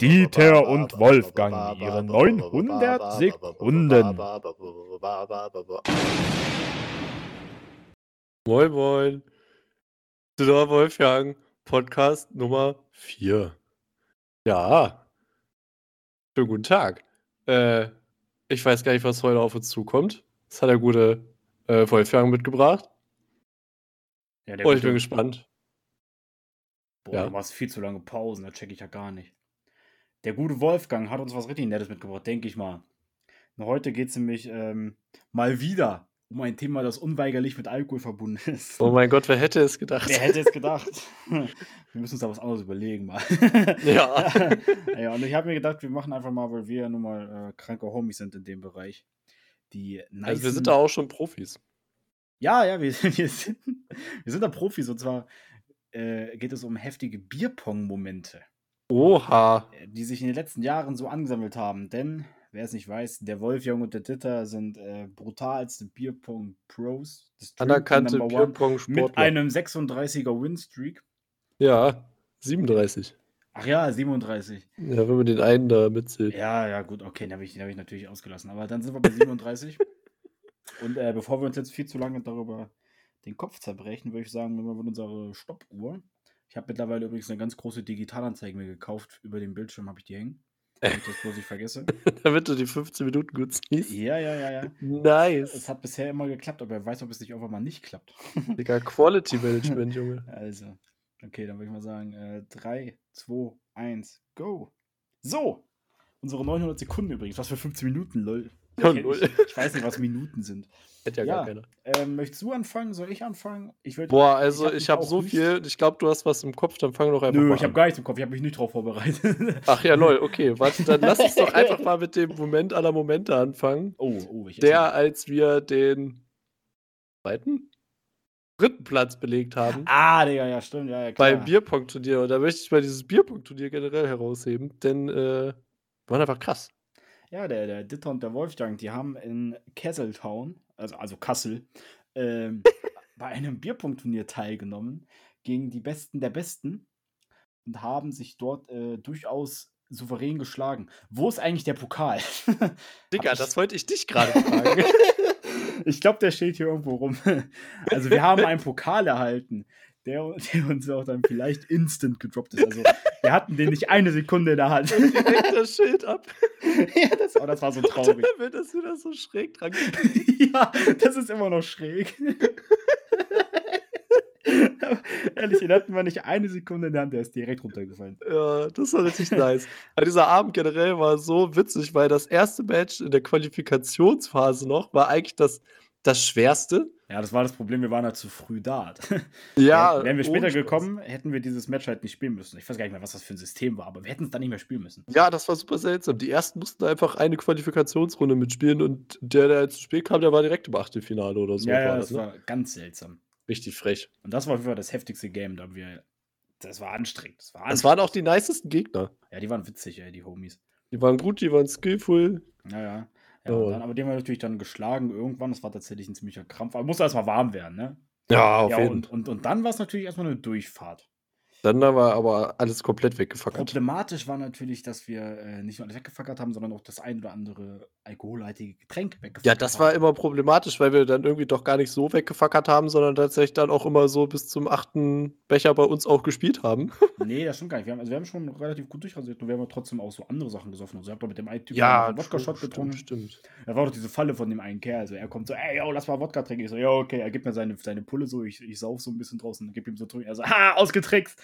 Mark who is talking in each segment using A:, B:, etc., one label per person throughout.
A: Dieter und Wolfgang, ihre 900 Sekunden.
B: Moin, moin. Zu der Wolfgang, Podcast Nummer 4. Ja. Schönen guten Tag. Äh, ich weiß gar nicht, was heute auf uns zukommt. Das hat der gute äh, Wolfgang mitgebracht.
C: Ja, der
B: Oh, ich
C: gute-
B: bin gespannt.
C: Boah,
B: Ja.
C: du machst viel zu lange Pausen, das check ich ja gar nicht. Der gute Wolfgang hat uns was richtig Nettes mitgebracht, denke ich mal. Und heute geht es nämlich ähm, mal wieder um ein Thema, das unweigerlich mit Alkohol verbunden ist.
B: Oh mein Gott, wer hätte es gedacht?
C: Wer hätte es gedacht? Wir müssen uns da was anderes überlegen mal.
B: Ja.
C: ja, und ich habe mir gedacht, wir machen einfach mal, weil wir ja nun mal äh, kranke Homies sind in dem Bereich. Die
B: also wir
C: nicen-
B: sind da auch schon Profis.
C: Ja, ja, wir, wir, sind, wir sind da Profis. Und zwar äh, geht es um heftige Bierpong-Momente,
B: Oha.
C: äh, die sich in den letzten Jahren so angesammelt haben. Denn, wer es nicht weiß, der Wolfjung und der Ditter sind äh, brutalste Bierpong-Pros. des Drinking
B: Anerkannte
C: Number One Mit
B: Bierpong-Sportler.
C: einem 36er Winstreak.
B: Ja, 37.
C: Ach ja, 37.
B: Ja, wenn man den einen da mitzählt.
C: Ja, ja, gut, okay, den habe ich, den hab ich natürlich ausgelassen. Aber dann sind wir bei 37. Und äh, bevor wir uns jetzt viel zu lange darüber den Kopf zerbrechen, würde ich sagen, wenn wir mit unserer Stoppuhr. Ich habe mittlerweile übrigens eine ganz große Digitalanzeige mir gekauft. Über den Bildschirm habe ich die hängen. Damit ich das bloß nicht vergesse.
B: Damit du die 15 Minuten gut ziehst.
C: Ja, ja, ja, ja. Es
B: Nice.
C: hat bisher immer geklappt, aber wer weiß, ob es nicht irgendwann mal nicht klappt.
B: Digga, Quality Management, Junge.
C: Also, okay, dann würde ich mal sagen, äh, 3, 2, 1, go. So, unsere 900 Sekunden übrigens. Was für 15 Minuten, lol. Ich,
B: Ja,
C: kenn-
B: lol.
C: ich, ich weiß nicht, was Minuten sind.
B: Hätte ja,
C: Ja.
B: gar keiner.
C: Ähm, möchtest du anfangen? Soll ich anfangen? Ich würd,
B: Boah, also ich
C: mich
B: habe
C: auch
B: so
C: nicht-
B: viel. Ich glaube, du hast was im Kopf, dann fang doch einfach
C: Nö,
B: mal
C: ich habe
B: an.
C: gar nichts im Kopf. Ich habe mich nicht drauf vorbereitet.
B: Ach ja, lol, okay. Warte, dann lass uns doch einfach mal mit dem Moment aller Momente anfangen.
C: Oh, oh, ich
B: Der, als wir den zweiten, dritten Platz belegt haben.
C: Ah, Digga, ja, stimmt. Ja, ja, klar.
B: beim Bierpong-Turnier. Und da möchte ich mal dieses Bierpong-Turnier generell herausheben, denn äh, wir waren einfach krass.
C: Ja, der, der Ditter und der Wolfgang, die haben in Kesseltown, also, also Kassel, ähm, bei einem Bierpunktturnier teilgenommen gegen die Besten der Besten und haben sich dort äh, durchaus souverän geschlagen. Wo ist eigentlich der Pokal?
B: Digga,
C: ich-
B: das wollte ich dich gerade fragen.
C: ich glaube, der steht hier irgendwo rum. Also wir haben einen Pokal erhalten, der, der uns auch dann vielleicht instant gedroppt ist. Also wir hatten den nicht eine Sekunde in der Hand.
B: Direkt das Schild ab.
C: ja, das, aber das war so traurig.
B: Damit, dass du da so schräg dran
C: ja, das ist immer noch schräg. Aber Ehrlich, den hatten wir nicht eine Sekunde in der Hand, der ist direkt runtergefallen.
B: Ja, das war richtig nice. Aber dieser Abend generell war so witzig, weil das erste Match in der Qualifikationsphase noch war eigentlich das, das schwerste.
C: Ja, das war das Problem, wir waren halt zu früh da.
B: Ja,
C: Wären
B: ohne
C: wir später
B: Spaß.
C: gekommen, hätten wir dieses Match halt nicht spielen müssen. Ich weiß gar nicht mehr, was das für ein System war, aber wir hätten es dann nicht mehr spielen müssen.
B: Ja, das war super seltsam. Die ersten mussten einfach eine Qualifikationsrunde mitspielen und der, der zu spät kam, der war direkt im Achtelfinale oder so.
C: ja, ja, das
B: ne?
C: war ganz seltsam.
B: Richtig frech.
C: Und das war auf jeden Fall das heftigste Game, da haben wir. Das war anstrengend. Das, war
B: Das
C: anstrengend.
B: waren auch die nicesten Gegner.
C: Ja, die waren witzig, ey, die Homies.
B: Die waren gut, die waren skillful.
C: Ja, ja. ja
B: Oh.
C: und dann, aber die haben wir natürlich dann geschlagen irgendwann. Das war tatsächlich ein ziemlicher Krampf. Aber musste erstmal warm werden, ne?
B: Ja, auf
C: ja,
B: jeden
C: und,
B: Fall.
C: und, und dann war es natürlich erstmal eine Durchfahrt.
B: Dann war aber alles komplett weggefackert.
C: Problematisch war natürlich, dass wir äh, nicht nur alles weggefackert haben, sondern auch das ein oder andere alkoholhaltige Getränk weggefackert
B: Ja, das war
C: haben.
B: immer problematisch, weil wir dann irgendwie doch gar nicht so weggefackert haben, sondern tatsächlich dann auch immer so bis zum achten Becher bei uns auch gespielt haben.
C: Nee, das stimmt gar nicht. Wir haben, also wir haben schon relativ gut durchrasiert und wir haben aber trotzdem auch so andere Sachen gesoffen. Also, ihr habt doch mit dem einen Typen noch einen Wodka-Shot getrunken.
B: stimmt.
C: Da war doch diese Falle von dem einen Kerl. Also er kommt so, ey, yo, lass mal Wodka trinken. Ich so, ja, okay, er gibt mir seine, seine Pulle so, ich, ich sauf so ein bisschen draußen, und gib ihm so trinken. Er so, ha, ausgetrickst.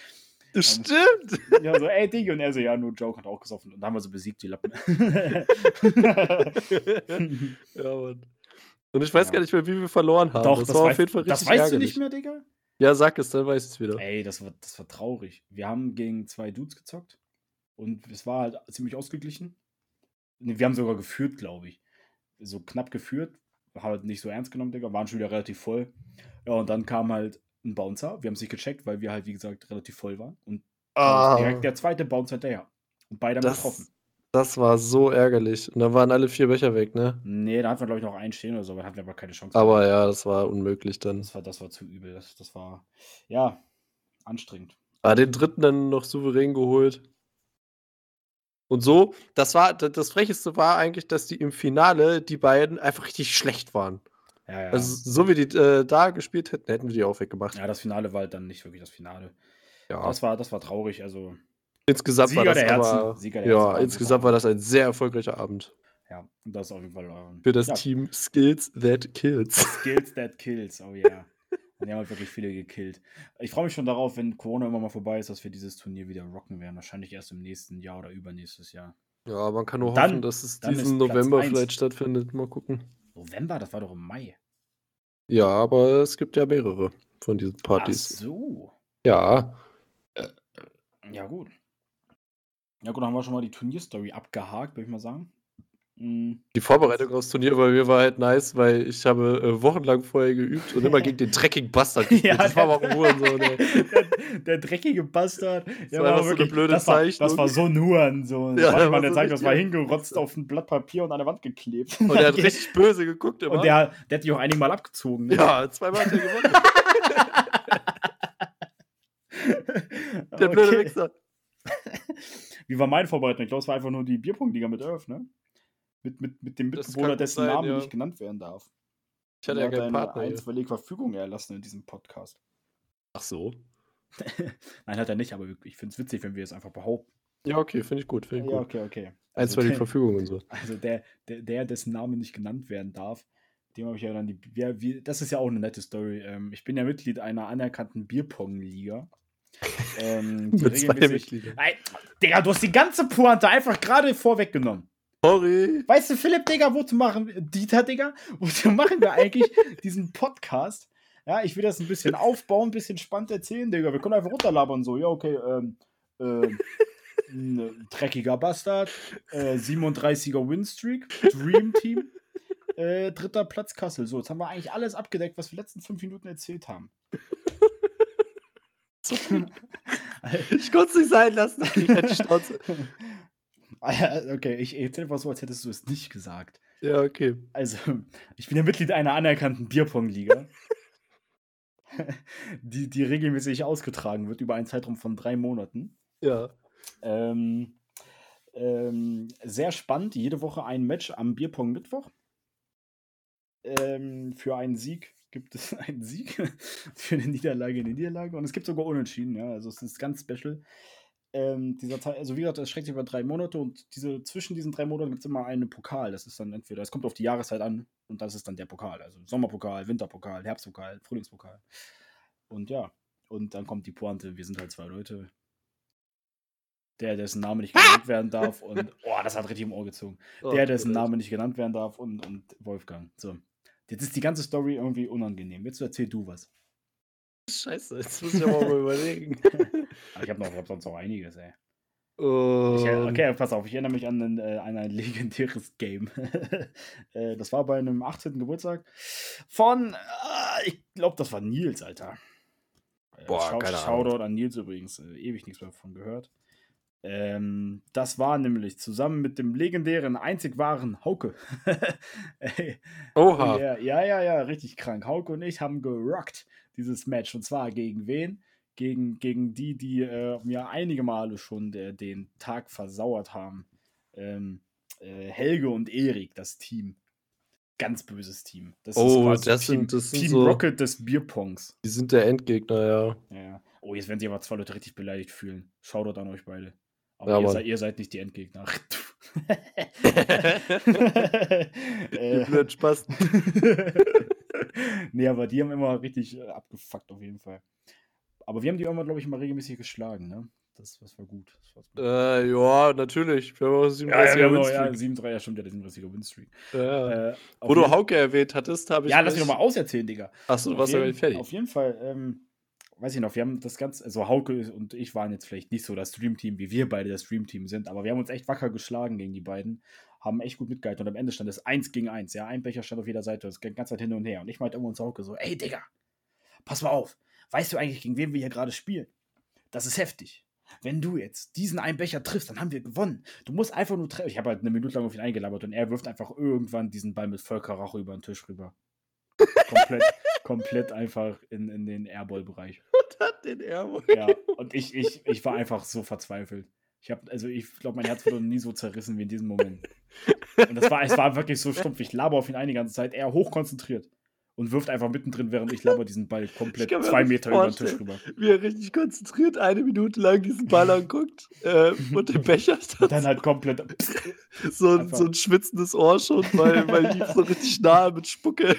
B: Stimmt!
C: Ja, so, ey, Digi. Und er so, ja, nur Joke hat auch gesoffen. Und da haben wir so besiegt, die Lappen.
B: ja, Mann. Und ich weiß
C: Ja.
B: gar nicht mehr, wie wir verloren haben.
C: Doch, das,
B: Äh, war
C: weißt,
B: auf jeden Fall richtig
C: das weißt du
B: ärgerlich.
C: nicht mehr, Digga?
B: Ja, sag es, dann weiß ich es wieder.
C: Ey, das war, das war traurig. Wir haben gegen zwei Dudes gezockt und es war halt ziemlich ausgeglichen. Nee, wir haben sogar geführt, glaube ich. So knapp geführt, haben halt nicht so ernst genommen, Digga, waren schon wieder relativ voll. Ja, und dann kam halt ein Bouncer. Wir haben es nicht gecheckt, weil wir halt, wie gesagt, relativ voll waren. Und dann ist direkt der zweite Bouncer hinterher. Und beide haben
B: Ah. das,
C: getroffen.
B: das war so ärgerlich. Und dann waren alle vier Becher weg, ne?
C: Nee, da hatten wir, glaube ich, noch einen stehen oder so, aber hatten wir aber keine Chance.
B: Aber ja, das war unmöglich dann.
C: das war, das war zu übel. Das, das war, ja, anstrengend.
B: Ah, den dritten dann noch souverän geholt. Und so, das war, das Frecheste war eigentlich, dass die im Finale die beiden einfach richtig schlecht waren.
C: Ja, ja.
B: Also, so wie die äh, da gespielt hätten, hätten wir die auch weggemacht.
C: ja, das Finale war halt dann nicht wirklich das Finale.
B: Ja.
C: Das war, das war traurig. Also,
B: Insgesamt
C: Sieger
B: war das
C: der Herzen.
B: aber,
C: Sieger der Herzen
B: ja,
C: war
B: insgesamt war das ein sehr erfolgreicher Abend
C: ja, und das ist auf jeden Fall ähm,
B: für das
C: ja,
B: Team Skills That Kills.
C: Skills that kills, oh yeah. Und die haben halt wirklich viele gekillt. Ich freue mich schon darauf, wenn Corona immer mal vorbei ist, dass wir dieses Turnier wieder rocken werden. Wahrscheinlich erst im nächsten Jahr oder übernächstes Jahr.
B: Ja, man kann nur
C: Dann-
B: hoffen, dass es
C: dann ist
B: diesen
C: Platz
B: November
C: eins.
B: vielleicht stattfindet. Mal gucken.
C: November, das war doch im Mai.
B: Ja, aber es gibt ja mehrere von diesen
C: Ach
B: Partys.
C: so.
B: Ja,
C: Ja, gut. Ja, gut, dann haben wir schon mal die Turnierstory abgehakt, würde ich mal sagen. Hm,
B: die Vorbereitung aufs Turnier bei mir war halt nice, weil ich habe äh, wochenlang vorher geübt und immer gegen den Trekking Bastard gespielt.
C: Ja,
B: das war
C: der-
B: aber auch ein Hurensohn, ey.
C: der, der dreckige Bastard.
B: war einfach so eine blöde
C: das war, Das
B: Zeichnung.
C: war so ein Hurensohn.
B: Ja,
C: Ja,
B: der
C: war
B: war
C: der
B: so
C: Zeichnung, das war
B: richtig-
C: hingerotzt auf ein Blatt Papier und an der Wand geklebt.
B: Und er hat richtig böse geguckt immer.
C: Und der, der hat dich auch einige Mal abgezogen. Ne?
B: ja, zweimal hat er gewonnen. Der
C: Okay.
B: blöde Wichser.
C: Wie war meine Vorbereitung? Ich glaube, es war einfach nur die Bierpunktliga mit Elf, ne? Mit, mit, mit dem
B: Das
C: Mitbewohner,
B: kann
C: dessen
B: sein,
C: Name
B: ja.
C: nicht genannt werden darf.
B: Ich hatte ja
C: Der hat
B: keinen
C: eine
B: Partner. hier.
C: einstweilige Verfügung erlassen in diesem Podcast.
B: Ach so.
C: Nein, hat er nicht, aber ich finde es witzig, wenn wir es einfach behaupten.
B: Ja, okay, finde ich gut. Finde ich
C: Ja,
B: gut.
C: okay, okay.
B: Eins
C: Also
B: war die
C: der-
B: Verfügung und so.
C: Also der, der, der, dessen Name nicht genannt werden darf, dem habe ich ja dann die. Ja, wie, das ist ja auch eine nette Story. Ähm, ich bin ja Mitglied einer anerkannten Bierpong-Liga. Ähm, die
B: Mit zwei
C: regelmäßig.
B: Mitgliedern.
C: Ey, Digga, du hast die ganze Pointe einfach gerade vorweggenommen.
B: Sorry.
C: Weißt du, Philipp, Digga, wozu machen wir, Dieter, Digga, wozu machen wir eigentlich diesen Podcast? Ja, ich will das ein bisschen aufbauen, ein bisschen spannend erzählen, Digga. Wir können einfach runterlabern so. Ja, okay, ähm, ähm, ein dreckiger Bastard, äh, 37er Winstreak, Dream Team, äh, dritter Platz Kassel. So, jetzt haben wir eigentlich alles abgedeckt, was wir letzten fünf Minuten erzählt haben.
B: Ich konnte es nicht sein lassen. Ich krieg halt die Schnauze.
C: Ah, okay, ich erzähle mal so, als hättest du es nicht gesagt.
B: Ja, okay.
C: Also, ich bin ja Mitglied einer anerkannten Bierpong-Liga, die, die regelmäßig ausgetragen wird über einen Zeitraum von drei Monaten.
B: Ja.
C: Ähm, ähm, sehr spannend, jede Woche ein Match am Bierpong-Mittwoch. Ähm, für einen Sieg gibt es einen Sieg, für eine Niederlage eine Niederlage und es gibt sogar Unentschieden, ja, also es ist ganz special. Ähm, dieser Teil, also wie gesagt, das schreckt sich über drei Monate und diese, zwischen diesen drei Monaten gibt es immer einen Pokal. Das ist dann entweder, es kommt auf die Jahreszeit an und das ist dann der Pokal. Also Sommerpokal, Winterpokal, Herbstpokal, Frühlingspokal. Und ja, und dann kommt die Pointe, wir sind halt zwei Leute. Der, dessen Name nicht genannt werden darf und, oh, das hat richtig im Ohr gezogen.
B: Oh,
C: Der, dessen
B: Gott.
C: Name nicht genannt werden darf und, und Wolfgang. So. Jetzt ist die ganze Story irgendwie unangenehm. Jetzt erzähl du was.
B: Scheiße, jetzt muss ich aber mal überlegen.
C: Aber ich habe noch, ich hab sonst noch einiges, ey.
B: Oh.
C: Ich, äh, okay, pass auf, ich erinnere mich an ein, äh, an ein legendäres Game. äh, das war bei einem 18. Geburtstag von, äh, ich glaube, das war Nils, Alter. Äh,
B: Boah, keine Ahnung.
C: Shoutout an Nils übrigens, äh, ewig nichts mehr von gehört. Ähm, das war nämlich zusammen mit dem legendären, einzig wahren Hauke. Äh, Ey,
B: Oha.
C: Oh ja, ja, ja, ja, richtig krank. Hauke und ich haben gerockt dieses Match. Und zwar gegen wen? Gegen, gegen die, die äh, mir einige Male schon der, den Tag versauert haben. Ähm, äh, Helge und Erik, das Team. Ganz böses Team. Das
B: Oh,
C: quasi
B: das
C: Team,
B: sind- das sind
C: Team
B: so-
C: Rocket des Bierpongs.
B: Die sind der Endgegner, ja.
C: Ja. Oh, jetzt werden sich aber zwei Leute richtig beleidigt fühlen. Shoutout an euch beide. Aber
B: Ja,
C: ihr,
B: Mann.
C: seid, ihr seid nicht die Endgegner.
B: Die
C: äh,
B: blöden Spasten.
C: nee, aber die haben immer richtig äh, abgefuckt, auf jeden Fall. Aber wir haben die irgendwann, glaube ich, mal regelmäßig geschlagen, ne? Das, das war gut. Das war gut.
B: Äh, ja, natürlich. Wir haben auch
C: ja, ja,
B: 37er
C: genau, ja,
B: Winstreak.
C: 7-3, ja, stimmt, ja, der 37er Winstreak.
B: Ja, ja.
C: Äh, auf
B: Wo du
C: jeden-
B: Hauke erwähnt hattest, habe ich.
C: ja, lass mich nochmal auserzählen, Digga.
B: Achso, du
C: Auf
B: warst aber
C: jeden-
B: nicht fertig.
C: Auf jeden Fall, ähm, weiß ich noch, wir haben das Ganze, also Hauke und ich waren jetzt vielleicht nicht so das Streamteam, wie wir beide das Streamteam sind, aber wir haben uns echt wacker geschlagen gegen die beiden, haben echt gut mitgehalten und am Ende stand es 1 gegen 1, ja, ein Becher stand auf jeder Seite, es ging ganz weit hin und her und ich meinte immer zu Hauke so, ey Digga, pass mal auf, weißt du eigentlich, gegen wen wir hier gerade spielen? Das ist heftig. Wenn du jetzt diesen einen Becher triffst, dann haben wir gewonnen. Du musst einfach nur treffen. Ich habe halt eine Minute lang auf ihn eingelabert und er wirft einfach irgendwann diesen Ball mit Völkerrache über den Tisch rüber. Komplett komplett einfach in, in den Airball-Bereich.
B: What geholt hat, den Airwolf.
C: Ja, und ich, ich, ich war einfach so verzweifelt. Ich habe, also ich glaube, mein Herz wurde nie so zerrissen wie in diesem Moment. Und das war, es war wirklich so stumpf. Ich laber auf ihn ein die ganze Zeit, er hochkonzentriert und wirft einfach mittendrin, während ich laber, diesen Ball komplett
B: kann mir
C: zwei
B: nicht
C: Meter über den Tisch
B: vorstellen.
C: rüber.
B: Wie er richtig konzentriert eine Minute lang diesen Ball anguckt äh, und den Becher
C: Und
B: stand
C: dann halt komplett.
B: so, ein,
C: einfach-
B: so ein schwitzendes Ohr schon, weil, weil die so richtig nahe mit Spucke.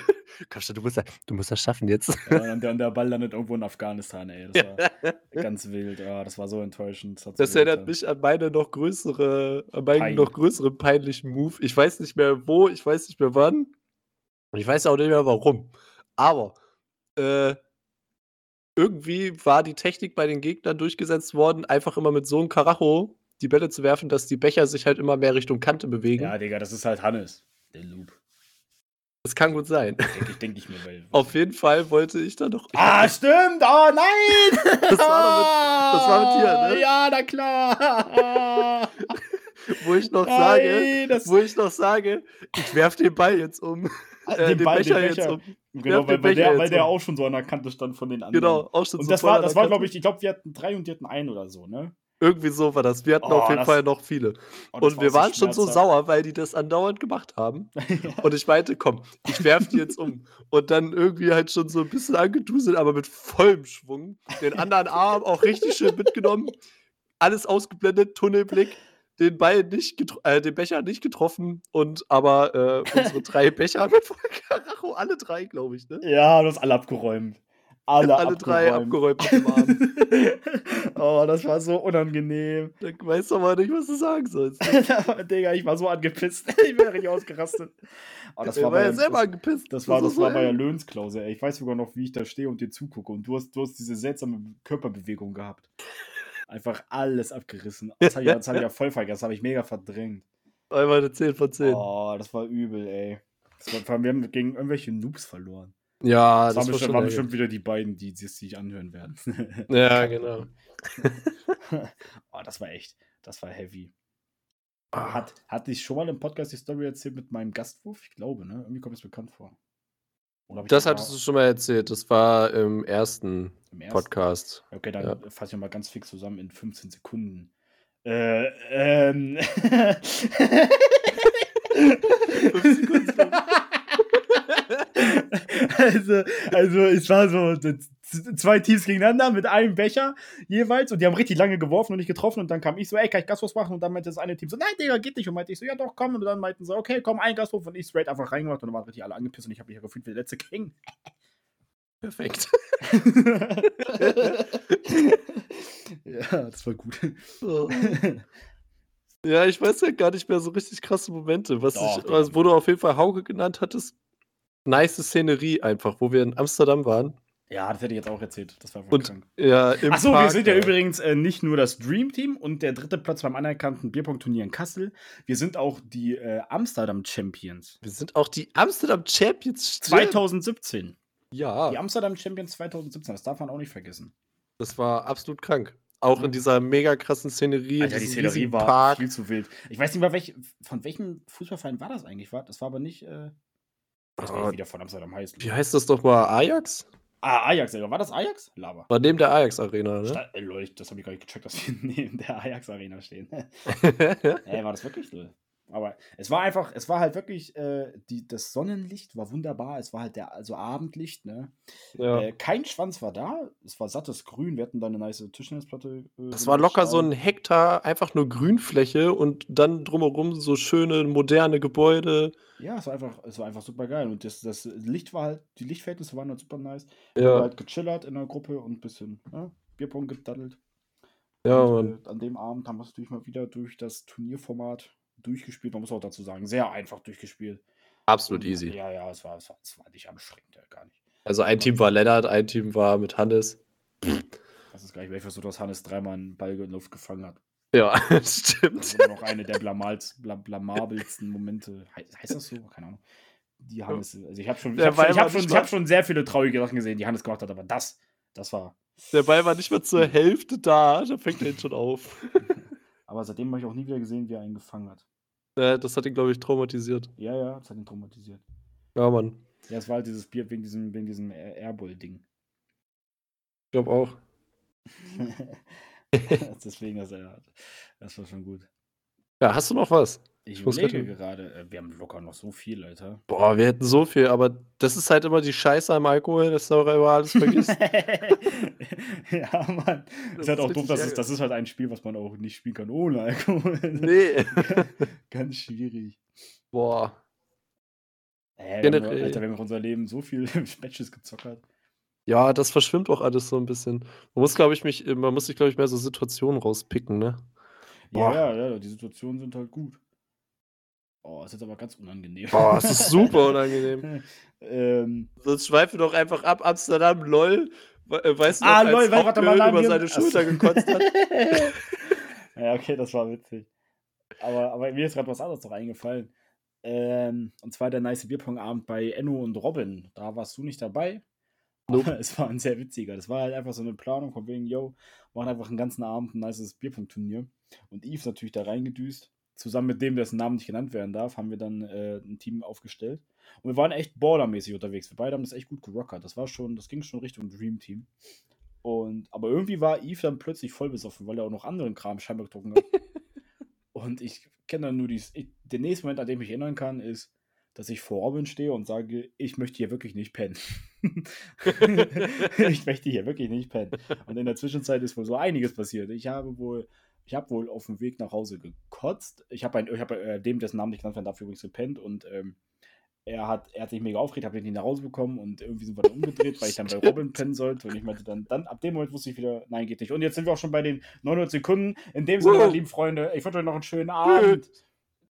B: Kascha, du musst, ja- du musst das schaffen jetzt.
C: Ja, und, der, und der Ball landet irgendwo in Afghanistan, ey. Das war ganz wild. Ah, das war so enttäuschend. hat so
B: Das
C: weh
B: erinnert
C: getan.
B: mich an meine noch größere, an meinen
C: Pein.
B: noch größeren peinlichen Move. Ich weiß nicht mehr wo, ich weiß nicht mehr wann. Und ich weiß auch nicht mehr warum. Aber äh, irgendwie war die Technik bei den Gegnern durchgesetzt worden, einfach immer mit so einem Karacho die Bälle zu werfen, dass die Becher sich halt immer mehr Richtung Kante bewegen.
C: Ja, Digga, das ist halt Hannes. Der Loop.
B: Das kann gut sein.
C: Denke ich, denk ich mir, weil.
B: Auf jeden Fall wollte ich da noch.
C: Ah, stimmt! Oh nein! Ah,
B: Das war doch mit- das war mit dir, ne?
C: Ja, na klar!
B: wo ich noch sage,
C: nein, das
B: wo ich noch sage, ich werf den Ball jetzt um.
C: Ah,
B: Äh, den, Becher jetzt um. Werf
C: Genau, weil,
B: den Becher
C: weil, der, weil
B: jetzt
C: der
B: um.
C: auch schon so an der Kante stand von den anderen.
B: Genau, auch schon
C: Und
B: so
C: das
B: voll
C: war,
B: an
C: das
B: der
C: war,
B: Kante.
C: glaube ich, ich glaube, wir hatten drei und die hatten einen oder so, ne?
B: Irgendwie so war das. Wir hatten
C: Oh,
B: auf jeden
C: das-
B: Fall noch viele.
C: Oh, das
B: Und
C: war
B: wir
C: auch
B: waren schon so
C: schmerzhaft.
B: sauer, weil die das andauernd gemacht haben.
C: Ja.
B: Und ich meinte, komm, ich werf die jetzt um. Und dann irgendwie halt schon so ein bisschen angeduselt, aber mit vollem Schwung. Den anderen Arm auch richtig schön mitgenommen. Alles ausgeblendet, Tunnelblick. Den Ball nicht getro- äh, den Becher nicht getroffen und aber äh, unsere drei Becher mit Volkaracho, alle drei, glaube ich, ne?
C: Ja, du hast alle abgeräumt. Alle,
B: alle drei abgeräumt mit dem Arm.
C: oh, das war so unangenehm.
B: Da weißt du aber nicht, was du sagen sollst.
C: Digga, ich war so angepisst. ich bin richtig ausgerastet. Oh, das
B: Der
C: war bei
B: ja
C: uns-
B: selber angepisst.
C: Das war,
B: ist
C: das
B: so
C: war bei der
B: ärgerlich.
C: Löhnsklause, ey. Ich weiß sogar noch, wie ich da stehe und dir zugucke. Und du hast, du hast diese seltsame Körperbewegung gehabt. Einfach alles abgerissen. Das habe ich, das hab ich ja voll vergessen. Das habe ich mega verdrängt.
B: Einmal eine 10 von 10.
C: Oh, das war übel, ey. Das war, vor allem, wir haben gegen irgendwelche Noobs verloren.
B: Ja, Ah, das,
C: Das, waren,
B: war
C: bestimmt,
B: schon
C: waren
B: ärgerlich.
C: bestimmt wieder die beiden, die die es sich anhören werden.
B: Ja, genau.
C: oh, das war echt. Das war heavy.
B: Ah.
C: Hat, hatte ich schon mal im Podcast die Story erzählt mit meinem Gastwurf? Ich glaube, ne? Irgendwie kommt es bekannt vor. Oder hab ich
B: Das
C: mal
B: hattest du schon mal erzählt. Das war im ersten
C: im ersten-
B: Podcast.
C: Okay, dann
B: Ja.
C: fasse ich mal ganz fix zusammen in 15 Sekunden. Äh, ähm. also, also, es war so d- z- zwei Teams gegeneinander mit einem Becher jeweils und die haben richtig lange geworfen und nicht getroffen und dann kam ich so, ey, kann ich Gastwurf machen? Und dann meinte das eine Team so, nein, Digga, geht nicht. Und meinte ich so, ja doch, komm. Und dann meinten sie, okay, komm, ein Gastwurf und ich straight einfach reingemacht und dann waren richtig alle angepisst und ich habe mich ja gefühlt wie der letzte King.
B: Perfekt.
C: ja, das war gut.
B: ja, ich weiß ja gar nicht mehr so richtig krasse Momente. Was
C: Doch,
B: ich,
C: Digga.
B: also, wo du auf jeden Fall Hauke genannt hattest. Nice Szenerie einfach, wo wir in Amsterdam waren.
C: Ja, das hätte ich jetzt auch erzählt. Das war
B: Und ja, im
C: Achso, wir
B: Park,
C: sind ja
B: äh,
C: übrigens äh, nicht nur das Dream Team und der dritte Platz beim anerkannten Bierpunktturnier in Kassel. Wir sind auch die äh, Amsterdam Champions.
B: Wir sind auch die Amsterdam Champions. stimmt.
C: 2017.
B: Ja.
C: Die Amsterdam Champions 2017, das darf man auch nicht vergessen.
B: Das war absolut krank. Auch in dieser mega krassen Szenerie.
C: Mhm. Alter, die
B: diesem
C: Szenerie
B: riesigen
C: war
B: Park.
C: viel zu wild. Ich weiß nicht mal, welch, von welchem Fußballverein war das eigentlich? War- Das war aber nicht, äh, das war
B: Ah,
C: wieder von Amsterdam heißt.
B: Wie heißt das doch mal? Ajax?
C: Ah, Ajax, Alter. War das Ajax? Lava.
B: War neben der Ajax-Arena, ne?
C: Sta- Äh, Leute, das habe ich gar nicht gecheckt, dass wir neben der Ajax-Arena stehen. Ey, war das wirklich so? Aber es war einfach, es war halt wirklich, äh, die, das Sonnenlicht war wunderbar, es war halt der, also Abendlicht, ne?
B: ja.
C: Äh, kein Schwanz war da, es war sattes Grün, wir hatten da eine nice Tischtennisplatte. äh,
B: Das war locker so ein
C: mit
B: Hektar, einfach nur Grünfläche und dann drumherum so schöne, moderne Gebäude.
C: Stein. Ja, es war einfach, es war einfach super geil. Und das, das Licht war halt, die Lichtverhältnisse waren halt super nice. Wir haben
B: Ja,
C: halt gechillert in der Gruppe und ein bisschen, ne? Bierpong gedaddelt.
B: ja,
C: und,
B: Mann.
C: äh, an dem Abend haben wir es natürlich mal wieder durch das Turnierformat durchgespielt. Man muss auch dazu sagen, sehr einfach durchgespielt.
B: Absolut easy.
C: Ja, ja, es war, es war, es war nicht anstrengend, ja, gar nicht.
B: Also ein Team war Lennart, ein Team war mit Hannes.
C: Das ist gar nicht mehr versucht, dass Hannes dreimal einen Ball in der Luft gefangen hat.
B: Ja,
C: Das
B: stimmt.
C: ist immer noch eine der blamals, bla, blamabelsten Momente. Hei- Heißt das so? Keine Ahnung. Die Hannes, also ich habe schon, ich
B: Der
C: hab schon,
B: Ball
C: ich
B: war
C: hab schon,
B: nicht
C: ich
B: mal-
C: hab schon sehr viele traurige Sachen gesehen, die Hannes gemacht hat, aber das, das war.
B: Der Ball war nicht mal zur Hälfte da, da fängt er ihn schon auf.
C: Aber seitdem habe ich auch nie wieder gesehen, wie er einen gefangen hat.
B: Äh, Das hat ihn, glaube ich, traumatisiert.
C: Ja, ja, das hat ihn traumatisiert.
B: Ja, Mann.
C: Ja, es war halt dieses Bier wegen diesem, wegen diesem Airbull-Ding.
B: Ich glaube auch.
C: Deswegen, dass er hat. Das war schon gut.
B: Ja, hast du noch was?
C: Ich,
B: Ich muss
C: überlege
B: grad-
C: gerade, äh, wir haben locker noch so viel, Alter.
B: Boah, wir hätten so viel, aber das ist halt immer die Scheiße am Alkohol, dass du immer alles vergisst.
C: ja, Mann. Das ist halt auch doof, dass es, das ist halt ein Spiel, was man auch nicht spielen kann ohne Alkohol.
B: Nee.
C: Ganz schwierig.
B: Boah.
C: Äh, wir haben-
B: Generell-
C: Alter, wenn wir unser Leben so viel Matches gezockt hat.
B: Ja, das verschwimmt auch alles so ein bisschen. Man muss, glaube ich, mich, man muss sich, glaube ich, mehr so Situationen rauspicken, ne? Boah.
C: Ja, ja, ja, die Situationen sind halt gut. Oh, ist jetzt aber ganz unangenehm.
B: Boah, es ist super unangenehm.
C: ähm,
B: Sonst schweifen doch einfach ab Amsterdam, lol. We- äh, Weißt du,
C: ah,
B: noch,
C: lol,
B: als
C: weil- warte mal,
B: Hauptmüll
C: nein,
B: über
C: wir-
B: seine
C: Achso.
B: Schulter gekotzt hat.
C: ja, okay, das war witzig. Aber, aber mir ist gerade was anderes noch eingefallen. Ähm, und zwar der nice Bierpong-Abend bei Enno und Robin. Da warst du nicht dabei.
B: Nope.
C: Aber es war ein sehr witziger. Das war halt einfach so eine Planung von wegen, yo, machen einfach einen ganzen Abend ein nices Bierpong-Turnier. Und Eve ist natürlich da reingedüst. Zusammen mit dem, dessen Namen nicht genannt werden darf, haben wir dann äh, ein Team aufgestellt. Und wir waren echt bordermäßig unterwegs. Wir beide haben das echt gut gerockert. Das war schon, das ging schon Richtung Dream Team. Und, aber irgendwie war Eve dann plötzlich voll besoffen, weil er auch noch anderen Kram scheinbar getrunken hat. und ich kenne dann nur dies. Ich, der nächste Moment, an dem ich mich erinnern kann, ist, dass ich vor Robin stehe und sage, ich möchte hier wirklich nicht pennen. ich möchte hier wirklich nicht pennen. Und in der Zwischenzeit ist wohl so einiges passiert. Ich habe wohl, ich habe wohl auf dem Weg nach Hause gekotzt. Ich habe ein, ich habe äh, dem, dessen Namen nicht genannt werden darf, übrigens gepennt und ähm, er hat, er hat sich mega aufgeregt, habe den nicht nach Hause bekommen und irgendwie sind wir dann umgedreht, weil ich dann bei Robin pennen sollte. Und ich meinte dann, dann ab dem Moment wusste ich wieder, nein, geht nicht. Und jetzt sind wir auch schon bei den 900 Sekunden. In dem Sinne,
B: Wow.
C: meine lieben Freunde, ich wünsche euch noch einen schönen Abend.